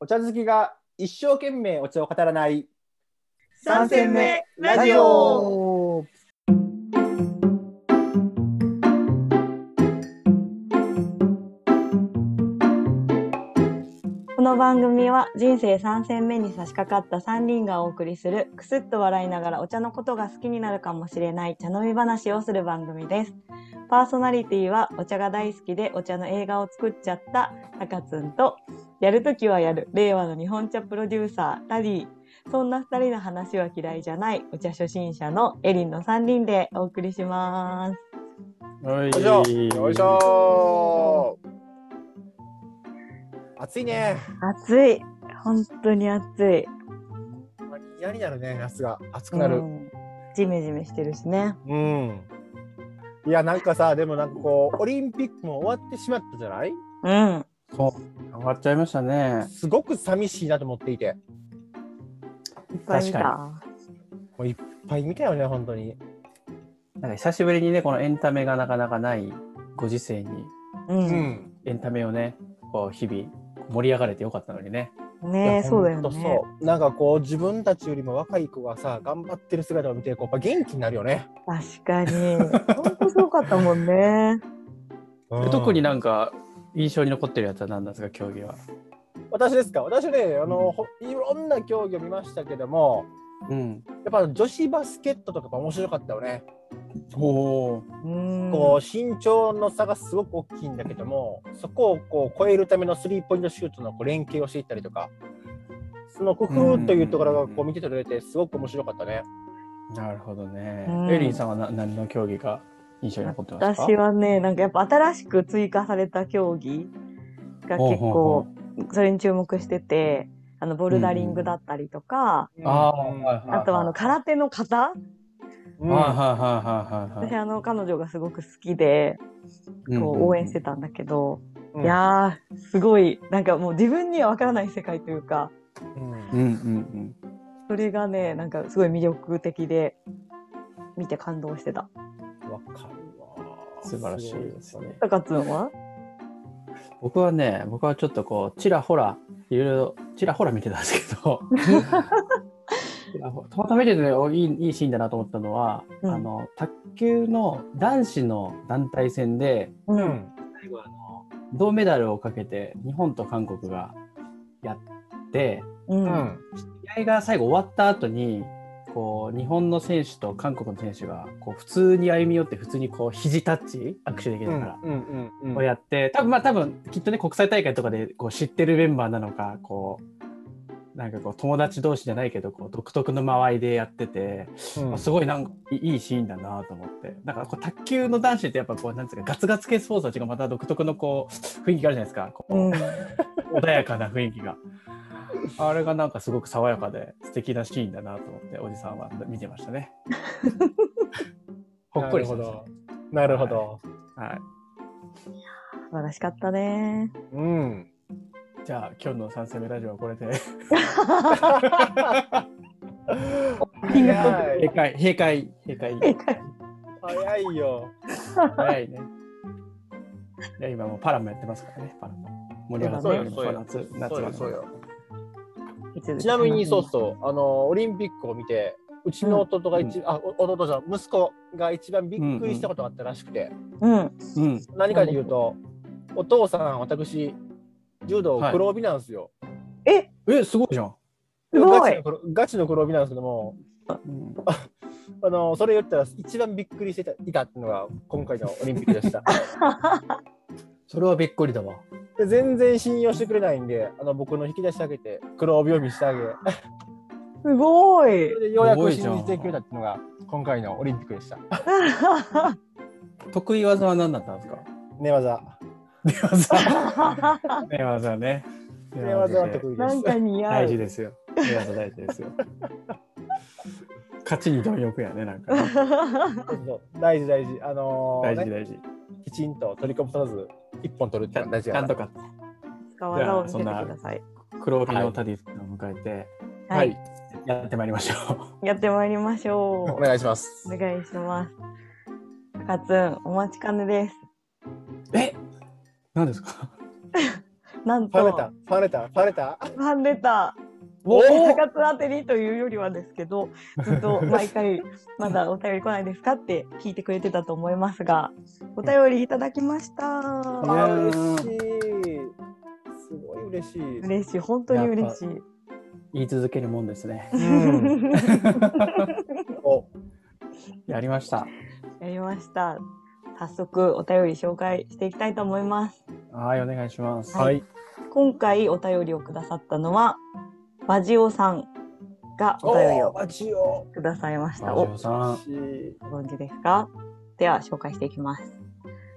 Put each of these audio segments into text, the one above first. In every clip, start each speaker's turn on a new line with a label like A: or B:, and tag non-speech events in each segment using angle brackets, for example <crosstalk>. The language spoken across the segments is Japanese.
A: お茶好きが一生懸命お茶を語らない
B: 三戦目ラジ
C: オ
B: この番組は人生3戦目に差し掛かった3人がお送りするくすっと笑いながらお茶のことが好きになるかもしれない茶飲み話をする番組です。パーソナリティはお茶が大好きでお茶の映画を作っちゃったたかつんとやるときはやる令和の日本茶プロデューサータディそんな2人の話は嫌いじゃないお茶初心者のエリンの3人でお送りします。
C: はい
A: よいしょよいしょ暑いね
B: 暑い本当に暑い。
A: 嫌になるね夏が暑くなる
B: うんジメジメしてるしね。
A: うん、いやなんかさでもなんかこうオリンピックも終わってしまったじゃない
B: うん。
C: そう変わっちゃいましたね
A: すごく寂しいなと思っていていっ
B: いっぱい
C: 確
B: 見た。
A: ぱい見たよね本当に
C: なんか久しぶりにねこのエンタメがなかなかないご時世に
B: う。
A: うん
C: エンタメをねこう日々盛り上がれてよかったのにね
A: い
B: ね
A: や
B: え、そうだよ
A: ほんと
B: ね。
A: そうなんかこう自分たちよりも若い子がさ頑張ってる姿を見てこうやっぱ元気になるよね、
B: 確かに。本当すごかったもんね。
A: うん
C: 特になんか印象に残ってるやつは何なんですか競技は
A: 私ですか私ねあの、ほいろんな競技を見ましたけども
C: うん
A: やっぱ女子バスケットとかやっぱ面白かったよね、
C: おお
B: うん。
A: こう身長の差がすごく大きいんだけどもそこをこう超えるためのスリーポイントシュートのこう連携をしていったりとかその工夫というところがこう見て取れてすごく面白かったね。
C: なるほどね、
B: うん
C: エリンさんはな何の競技が印象に残ってますか
B: 私はね、なんかやっぱ新しく追加された競技が
C: ほう
B: 結
C: ほうほ
B: 構それに注目してて、あのボルダリングだったりとか、
C: あー
A: うん
C: はいはい
B: あとはあの空手の型、
A: うん
C: はいはいはいはい
B: 私
C: はい
B: あの彼女がすごく好きで、
C: うんうん
B: こう応援してたんだけど、
A: うん
B: いやーすごいなんかもう自分にはわからない世界というか
A: うん
C: うんうん
B: それがねなんかすごい魅力的で見て感動してた。
A: わかるわ
C: 素晴らしいですね
B: たかつんは
C: うん僕はね僕はちょっとこうちらほらいろいろちらほら見てたんですけどちらほらたまたま見てて、ね、おいいいいシーンだなと思ったのは、
B: うん
C: あの卓球の男子の団体戦で
B: う
A: うんん
C: 最後あの銅メダルをかけて日本と韓国がやって
B: う
A: うんん
C: 試合が最後終わった後にこう日本の選手と韓国の選手がこう普通に歩み寄って普通にこう肘タッチ握手でき
A: う
C: る
A: ん
C: から、
A: うんうん
C: をやって多分まあ多分きっとね国際大会とかでこう知ってるメンバーなのかこうなんかこう友達同士じゃないけどこう独特の間合いでやってて、
A: うん
C: まあすごいなんかいいいいシーンだなと思ってなんかこう卓球の男子ってやっぱこうなんつうかガツガツ系スポーツたちがまた独特のこう雰囲気があるじゃないですかこう
B: うん
C: 穏やかな雰囲気が。あれがなんかすごく爽やかで素敵なシーンだなと思っておじさんは見てまし
A: <laughs>
C: たね。ほっこりしましたね、
A: なるほど。
C: はい。
B: 素晴らしかっ
A: <laughs>
B: たね。
A: うん。
C: じゃあ今日の三戦目ラジオはこれで
A: 早い。
C: 閉会閉会閉会
A: 早いよ。
C: 早いね。いや今もうパラもやってますからねパラも盛り上がってる
A: そうよ
C: 夏夏はね
A: そうよ。
B: 引き続き
A: ちなみにそうそう、あのオリンピックを見て、うちの弟が一、あ、お弟じゃん、息子が一番びっくりしたことがあったらしくて、
B: うん。
C: うん。
A: 何かというと、お父さん、私、柔道黒帯なんですよ。
B: え
C: えすごいじゃん。
B: すご
A: ガチ
B: い
A: の。黒ガチの黒帯なんですけども、
C: うん、
A: あのそれ言ったら一番びっくりしてたいたっていうのが今回のオリンピックでした。
C: それはびっくりだわ。
A: で全然信用してくれないんで、あの僕の引き出してあげて、黒帯を見してあげ、
B: すごい
A: <laughs> そ。れでようやく信じてくれたっていうのが今回のオリンピックでした。
C: 得意技は何だったんですか。
A: 寝技。
C: 寝技。寝技ね。
A: 寝技は得意で
B: な
A: す
B: ん。か似合
C: 大事
B: う。
C: ですよ。寝技大事ですよ。勝ちに貪欲やねなんかね、
A: そう大事大事。あのー
C: 大事
A: ね、
C: 大事。
A: きちんと取りこぼさず一本取るっていうのは大事
C: ち
A: や
C: ゃん
A: な
C: とか
B: 技を見せてください。
C: 黒帯のタディさんを迎えて、
B: は
A: はいい。
C: やってまいりましょう。
B: やってまいりましょう
A: お。願いします
B: お。願いします。たかつん、お待ちかねです。
C: え何ですか
B: なん
A: ファンレ
B: と
A: ター、ファンレター、ファンレター。
B: ファンレター。
A: お
B: 朝
A: ー
B: 活当てにというよりはですけど、ずっと毎回、まだお便り来ないですかって聞いてくれてたと思いますが、お便りいただきました。
C: ね
A: あー、嬉しい。すごい嬉しい。
B: 嬉しい、本当に嬉しい。 <laughs>
C: 言い続けるもんですね。
A: うん、お。
C: やりました。
B: やりました。早速お便り紹介していきたいと思います。
C: はい、お願いします。
B: はい今回お便りをくださったのは、バジオさんがお便りを
A: マジオ。
B: くださいまし
C: バ
B: た。
C: ジ
B: お
C: オさん。
A: 嬉しい
B: ご存知ですかでは紹介していきます。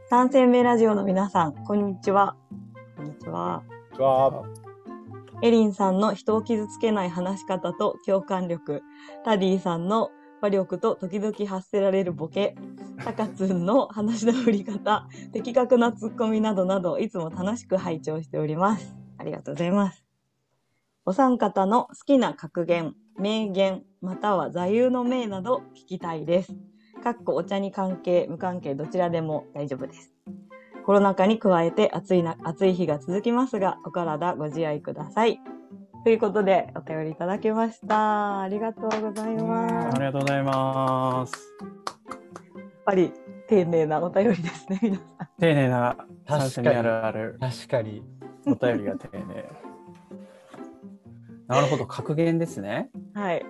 B: 三戦目ラジオの皆さん、こんにちは。こんにちは。
A: わ
B: エリンさんの人を傷つけない話し方と共感力、タディさんの馬力と時々発せられるボケ、タカツンの話の振り方、的確なツッコミなどなど、いつも楽しく拝聴しております。ありがとうございます。お三方の好きな格言、名言、または座右の銘など聞きたいです。かっこお茶に関係、無関係、どちらでも大丈夫です。コロナ禍に加えて暑いな、暑い日が続きますが、お体ご自愛ください。ということで、お便りいただきました。ありがとうございます。
C: あり
B: や
C: が
B: っ
C: とうございます。
B: ぱり丁寧なお便りですね、皆さん。
C: 丁寧な、最
A: 確
C: 初
A: か
C: に
A: に
C: あるある、
A: 確かに。
C: お便りが丁寧。 <laughs> なるほど、格言ですね。
B: はい。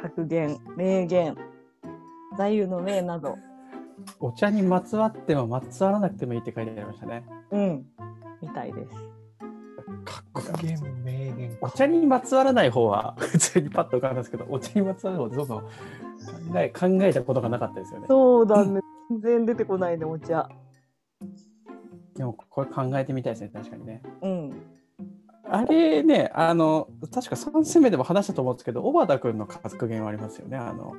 B: 格言、名言、座右の銘など。
C: お茶にまつわってもまつわらなくてもいいって書いてありましたね。
B: うん。みたいです。
A: 格言名言
C: お茶にまつわらない方は普通にパッと浮かんだんですけど、お茶にまつわる方はどうぞ考え考えたことがなかったですよね。
B: そうだね。全然出てこないね、お茶。
C: でもこれ考えてみたいですね、確かにね。
B: うん。
C: あれね、あの、確か3戦目でも話したと思うんですけど、小畑君の格言はありますよね。あの、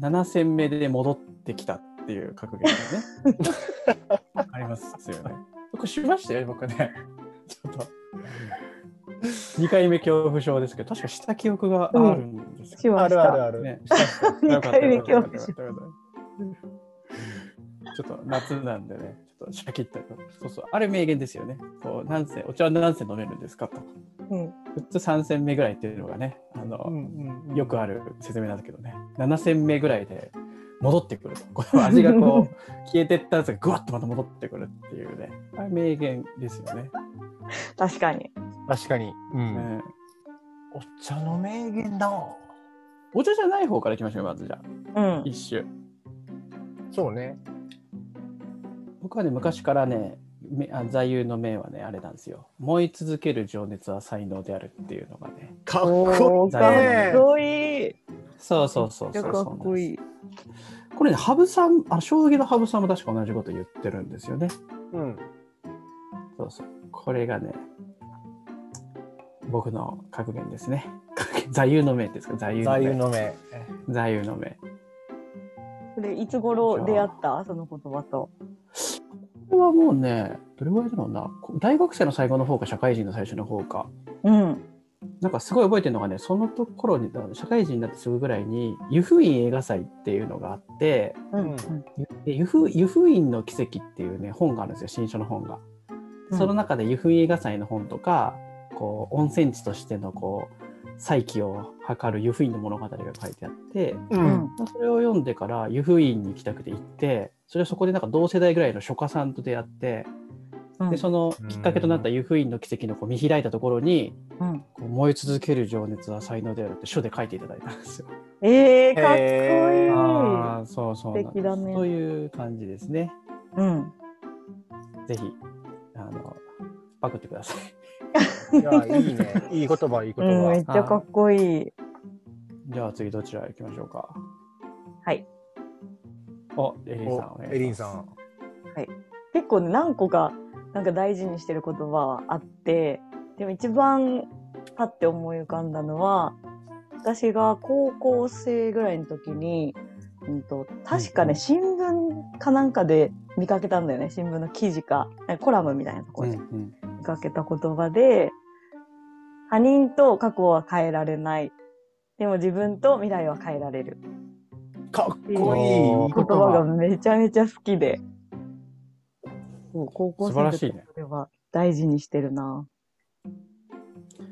C: 7戦目で戻ってきたっていう格言 <laughs> がね。ありますよね。僕しましたよね、僕ね。 <laughs> ちょっと。2回目恐怖症ですけど、確かした記憶があるんですよ。
B: しま
A: あ
B: し
A: る
B: た。
A: あるある。
C: <laughs> ね
B: 二回目恐怖
C: ち
B: 症
C: ょっと夏なんでね、ちょっとシャキッと。そうそう、あれ名言ですよね。こう何銭、お茶は何銭飲めるんですかと。
B: うん。
C: 普通3銭目ぐらいっていうのがね、あの、
A: ん
C: よくある説明なんですけどね、7銭目ぐらいで戻ってくる
B: <laughs>
C: と。この味がこう、消えてったやつがぐわっとまた戻ってくるっていうね、あれ名言ですよね。
B: 確かに。
A: 確かに。う。
C: うんん、
A: お茶の名言だ。
C: お茶じゃない方からいきましょう、まずじゃあ、
B: うん。
C: 一周。
A: そうね。
C: 僕はね昔からねめあ座右の銘はねあれなんですよ燃え続ける情熱は才能であるっていうのがね
A: かっ
B: お
A: こ
B: ー
A: いい
C: ざいま
B: かっ
A: ね。
B: こいい。
C: そうそうそうそう
B: かっこいい。
C: いこれね羽生さんあ将棋の羽生さんも確か同じこと言ってるんですよね
A: うん。
C: そうそうこれがね僕の格言ですね <laughs> 座右の銘ですか座右の
A: 座右
C: 銘
A: の銘。
C: 座右の銘
B: で、いつ頃出会ったその言葉と。
C: これはもうねどれぐらいだろうなこ大学生の最後の方か社会人の最初の方か
B: うん。
C: なんかすごい覚えてるのがね、そのところに、あの社会人になってすぐぐらいに、湯布院映画祭っていうのがあって、
B: うん。
C: で湯布湯布院の奇跡っていうね、本があるんですよ、新書の本が。
B: うん
C: その中で湯布院映画祭の本とか、こう温泉地としてのこう再起を図る湯布院の物語が書いてあって、
A: う。
B: うんん。
C: まあそれを読んでから湯布院に行きたくて行って、それはそこでなんか同世代ぐらいの書家さんと出会って、
B: うん
C: でそのきっかけとなった湯布院の奇跡のこう見開いたところに、
B: うん
C: こう燃え続ける情熱は才能であるって書で書いていただいたんですよ。
B: <laughs> ええ、かっ
A: へー
B: こ
C: あー、そうそうなん
B: 素
C: で
B: 敵
C: す
B: だね
C: という感じですね。
B: いい。うん。
C: ぜひあのパクってください。
A: いや、いいね。
B: <laughs>
A: いい言葉、いい言
B: うん、めっ
A: 葉。
B: ちゃかっこいい。
C: じゃあ次どちら行きましょうか。
B: はい。
C: おエリンさんお
A: お
C: 願いします
A: エリンさ。ん。
B: 結構ね何個かなんか大事にしてる言葉はあってでも一番パッて思い浮かんだのは私が高校生ぐらいの時に、うん、と確か
C: うんう
B: ね
C: ん
B: 新聞かなんかで見かけたんだよね新聞の記事かなんかコラムみたいなとこ
C: う
B: ろ
C: ん
B: で
C: うん、
B: 見かけた言葉で「他人と過去は変えられない」でも自分と未来は変えられる
A: かっ
B: こ
A: こい
B: い
A: い。
B: い言葉がめちゃめちゃ好きでそう高校生
C: 素晴らしいね
B: これは大事にしてるな。
C: <laughs>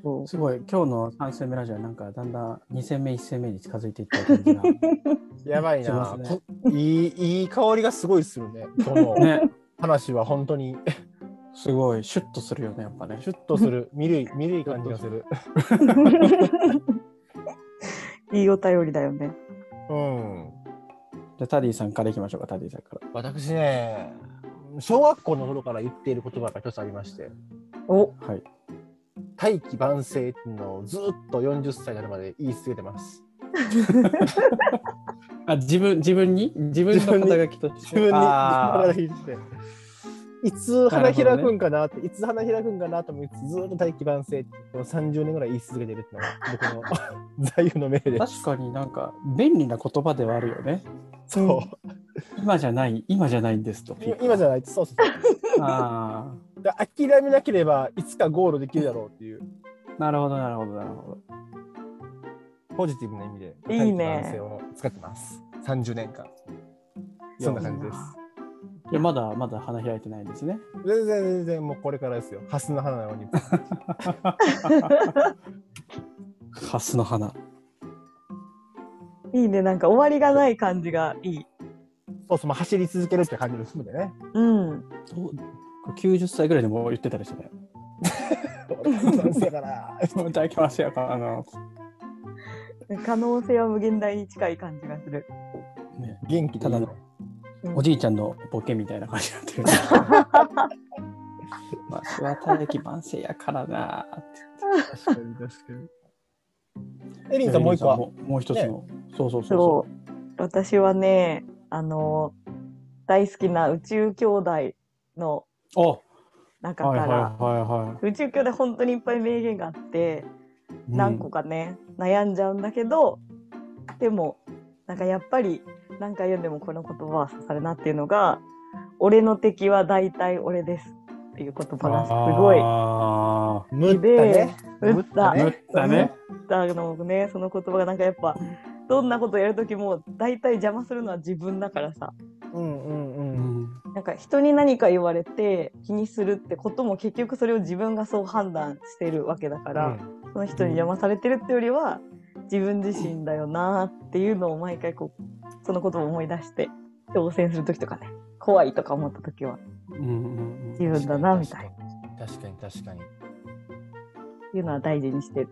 B: そう
C: すごい、今日の3戦目ラジオはなんかだんだん2戦目、1戦目に近づいていった感じが。 <laughs>
A: やばい
C: し
A: な
C: ま、す
A: こいいいい香りがすごいするねこの
C: ね、
A: 話は本当
B: <laughs>
A: に
C: すごい、シュッとするよね、やっぱね。
A: シュッとするみるいみるい感じがする
B: いいお便りだよね。
A: うん
C: じゃあタディさんからいきましょうか、タディさんから。
A: 私ね小学校の頃から言っている言葉が一つありまして
B: お
C: はい。
A: 大器晩成っていうのをずっと40歳になるまで言い続けてます
C: あ、自分、自分に自分の肩書きとして。
A: 自分に
C: あ
A: 腹
C: ー
A: 開いていつ花開くんかなっていつ花開くんかなと思いつつずっと大器晩成ってこの30年ぐらい言い続けてるっていうのが僕の <laughs> 座右の銘で
C: <laughs> 確かになんか便利な言葉ではあるよね。
A: そう
C: 今じゃない、今じゃないんですと。
A: 今今じゃないそうそうそう
C: あ
A: だ諦めなければいつかゴールできるだろうっていう
C: あ、なるほど、なるほど、なるほど。
A: ポジティブな意味で
B: いいね
A: 大器晩成を使ってます30年間そんな感じです
C: いや、まだまだ花開いてないですね。
A: 全然全然もうこれからですよハスの花のように
C: ハスの花。
B: いいね、なんか終わりがない感じがいい。
A: そうそう、まあ、走り続けるって感じですのでね。
B: うん。
C: どうこれ90歳ぐらいでも言ってたりしてね。
A: 俺男性だから。
C: いただきますよ、あの、
B: 可能性は無限大に近い感じがする。
C: ね、
A: 元気でいい
C: ただ
A: の
C: のおじいちゃんのボケみたいな感じになってる。わしはただき万世やからなーって。
A: 確かに確かに。エリンさんもう一個は。
C: もうもう一つの、そうそうそうそ
B: そう。私はね、あの、大好きな宇宙兄弟の
C: う。お
B: 中か
C: はい
B: ら、
C: はいはいはい。
B: 宇宙兄弟本当にいっぱい名言があって、
C: うん
B: 何個かね、悩んじゃうんだけど、でも、なんかやっぱり、何回読んでもこの言葉は刺さるなっていうのが、俺の敵は大体俺ですっていう言葉がすごい
C: あ
A: むったね。
B: で
A: むった
C: ー
A: ね。
C: 塗ったね。
B: だのねその言葉がなんかやっぱどんなことやる時も大体邪魔するのは自分だからさ
A: うんうん
C: う
A: うん。
C: ん
B: なんか人に何か言われて気にするってことも結局それを自分がそう判断してるわけだから、その人に邪魔されてるってよりは自分自身だよなっていうのを毎回こうそのことを思い出して挑戦する時とかね怖いとか思った時は
C: うんうんう
B: 自
C: ん
B: 分だなみたいな
A: な。
B: っ
A: 確かに確かに。
B: ていうのは大事にしてる。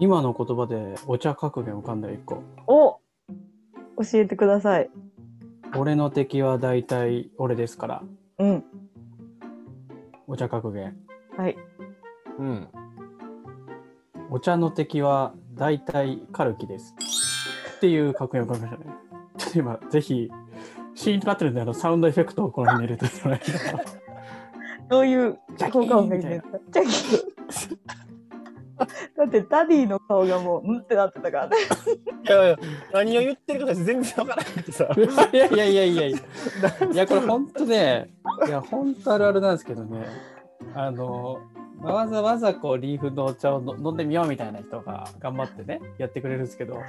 C: 今の言葉でお茶格言浮かんだよ一個。
B: お教えてください。
C: 俺の敵は大体俺ですから。
B: うん。
C: お茶格言。
B: はい。
A: うん。
C: お茶の敵は大体カルキです。っていう格言を考えましたね。ちょっと今、ぜひ、シーンとなってるんで、あの、サウンドエフェクトをこの辺に入れてもらえたら
B: どういう
C: ジャキーン
B: 効果音がいいんですかジャキーンだってダディの顔がもう、うんってなってたからね。
A: いやいや、何を言ってるか私全然わからないってさ。
C: いやいやいやいやいや。いや、これ本当ね、いや、本当あるあるなんですけどね、あの、わざわざこう、リーフのお茶をの飲んでみようみたいな人が頑張ってね、やってくれるんですけど、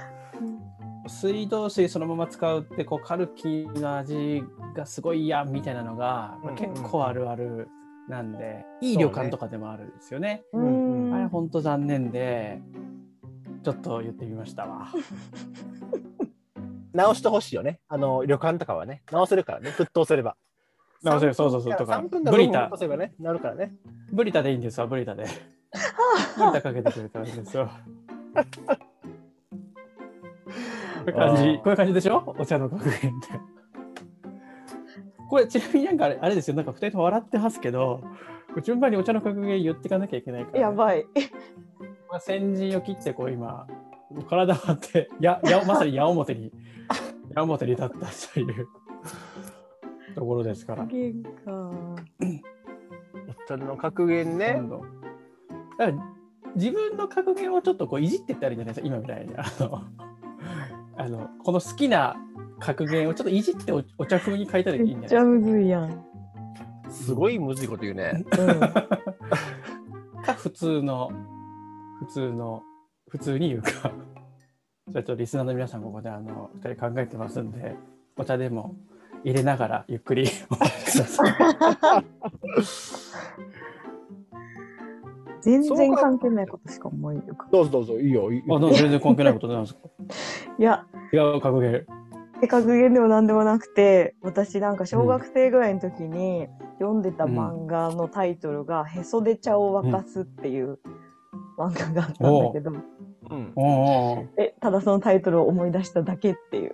C: 水道水そのまま使うってこうカルキの味がすごいやんみたいなのが、まあ
A: うん
C: 結構あるあるなんで、いい
A: そうね
C: 旅館とかでもあるんですよね。
A: う
B: うん
A: うん
B: ん。
C: あれ本当残念でちょっと言ってみましたわ。
A: 直してほしいよね。あの、旅館とかはね。直せるからね。沸騰すれば。
C: 直せるそうそうそうとか
A: 3分か
C: ブ
A: 5
C: リ
A: 分
C: タ
A: 沸騰すればね。なるからね。
C: ブリタでいいんですわブリタで。ブリタかけてくれたらいいんですよ。
A: あー
C: こういう感じこういう感じでしょお茶の格言って。これちなみになんかあれあれですよなんか2人とも笑ってますけどこれ順番にお茶の格言言っていかなきゃいけないから、
B: やばい。
C: まあ、先陣を切ってこう今体を張ってややまさに矢面に矢面に立ったというところですから。
B: 喧嘩。
A: その格言ね
C: 今。度だから自分の格言をちょっとこういじってったらいいんじゃないですか今みたいにあのあのこの好きな格言をちょっといじっておお茶風に変えたらいいんじゃ
B: め
C: ないで
B: っち
C: す
B: ゃ
C: か
B: むずいやん。
A: すごいむずいこと言うね。
B: うん。
C: か普通の普通の普通に言うかちょっとリスナーの皆さんここであの2人考えてますんでお茶でも入れながらゆっくりお待ちそうそう
B: <laughs> 全然関係ないことしか思い浮かば
A: どうぞどうぞ、いいよ。いい
C: あなんか全然関係ないことなんですか
B: いや、
C: 違う格ゲー。
B: 格言でも何でもなくて、私なんか小学生ぐらいの時に読んでた漫画のタイトルが、へそで茶を沸かすっていう漫画があったんだけど、
A: うん
C: おうおう
B: え、ただそのタイトルを思い出しただけっていう。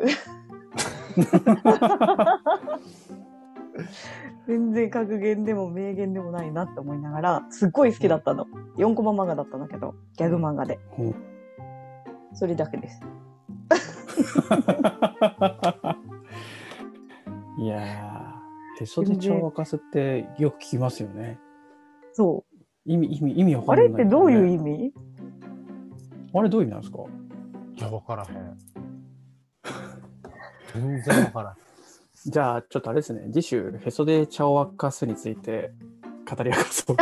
B: 全然格言でも名言でもないなって思いながら、すっごい好きだったの。4コマ漫画だったんだけど、ギャグ漫画で。
C: ほう
B: それだけです。
C: いやー、へそで茶を沸かすってよく聞きますよね。
B: そう。
C: 意味、意味、意味わか
B: あ
C: んない、
B: れってどういう意味
C: あれどういう意味なんですか
A: いや、分からへ <laughs> ん。全然分から
C: じゃあ、ちょっとあれですね、次週、へそで茶を沸かすについて語り明か
B: <laughs>
C: そう。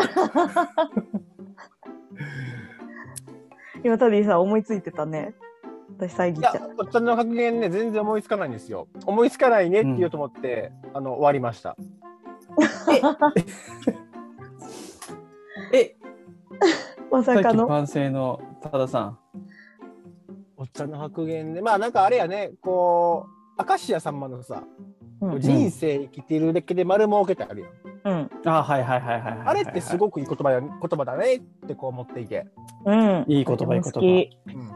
B: 今、タディさん思いついてたね。私、遮
A: へ
B: っ
A: ん。い
B: ちゃ
A: や
B: う。、
A: おっちゃんの格言ね、全然思いつかないんですよ。思いつかないねって言おうと思って、あの、終わりました。
C: え、
B: まさかの。
C: 完成の多田さん。
A: おっちゃんの格言ね、まあ、なんかあれやね、こう、明石家さんまのさ、
B: うん
A: 人生生きてるだけで丸儲けってあるよ。
B: うん。
C: あ、はいはいはいはいはい、
A: あれってす
C: い。
A: ごくいい言葉や言葉だねってこう思っていて。
B: うん。
C: いい言葉いい言葉
B: 好き
A: うん、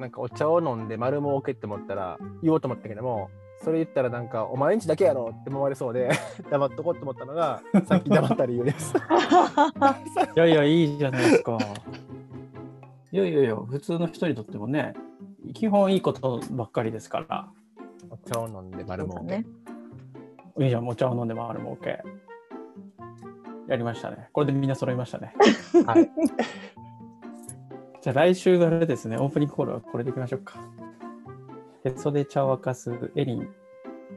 A: なんかお茶を飲んで丸儲けって思ったら言おうと思ったけどもそれ言ったらなんか「お前んちだけやろ」って思われそうで <laughs> 黙っとこうと思ったのがさっき黙った理由です
C: いやいや、いいじゃないですか。いやいやいや、普通の人にとってもね、基本いいことばっかりですから。
A: <laughs> お茶を飲んで丸
B: <laughs> そ
A: 儲
B: う
A: け、
B: だね
C: いいじゃん、お茶を飲んで回るも OK。やりましたね。これでみんな揃いましたね。
A: <laughs> はい、
C: じゃあ来週あれですね、オープニングコールはこれでいきましょうか。へそで茶を沸かすエリン、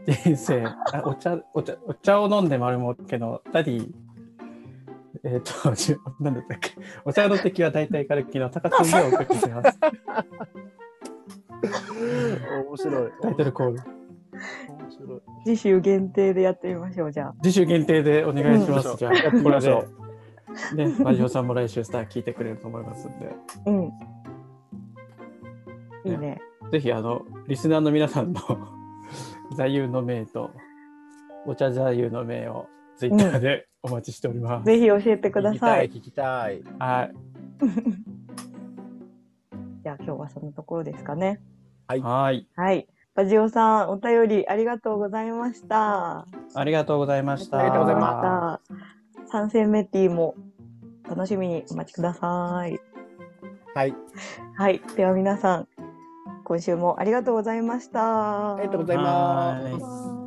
C: 人生、あお茶、お茶、お茶を飲んで丸儲けのダディ、えっ、と、 <laughs> じゅなんだったっけ、お茶の敵は大体からきの高津でお送りします。
A: 面白い
C: タイトルコール。
A: 面白い
B: 次週限定でやってみましょう、じゃあ。
C: 次週限定でお願いしま
A: うん
C: す。じゃあ、やってみましょう。ね、マジオさんも来週スター聞いてくれると思いますんで。
B: うん。いいね。
C: ぜひあのリスナーの皆さんの <laughs> 座右の銘とお茶座右の銘をツイッターでお待ちしております。
B: ぜひ教えてください。
A: 聞きたい聞きたい
C: は
B: じゃあ、今日はそのところですかね。
C: い、はい、
B: はい。バジオさん、お便りありがとうございました。
C: ありがとうございました。
A: ありがとうござい
B: ました。三戦目ティーも楽しみにお待ちください。
A: はい
B: はい。では皆さん、今週もありがとうございました。
A: ありがとうございます
C: はい
B: ます。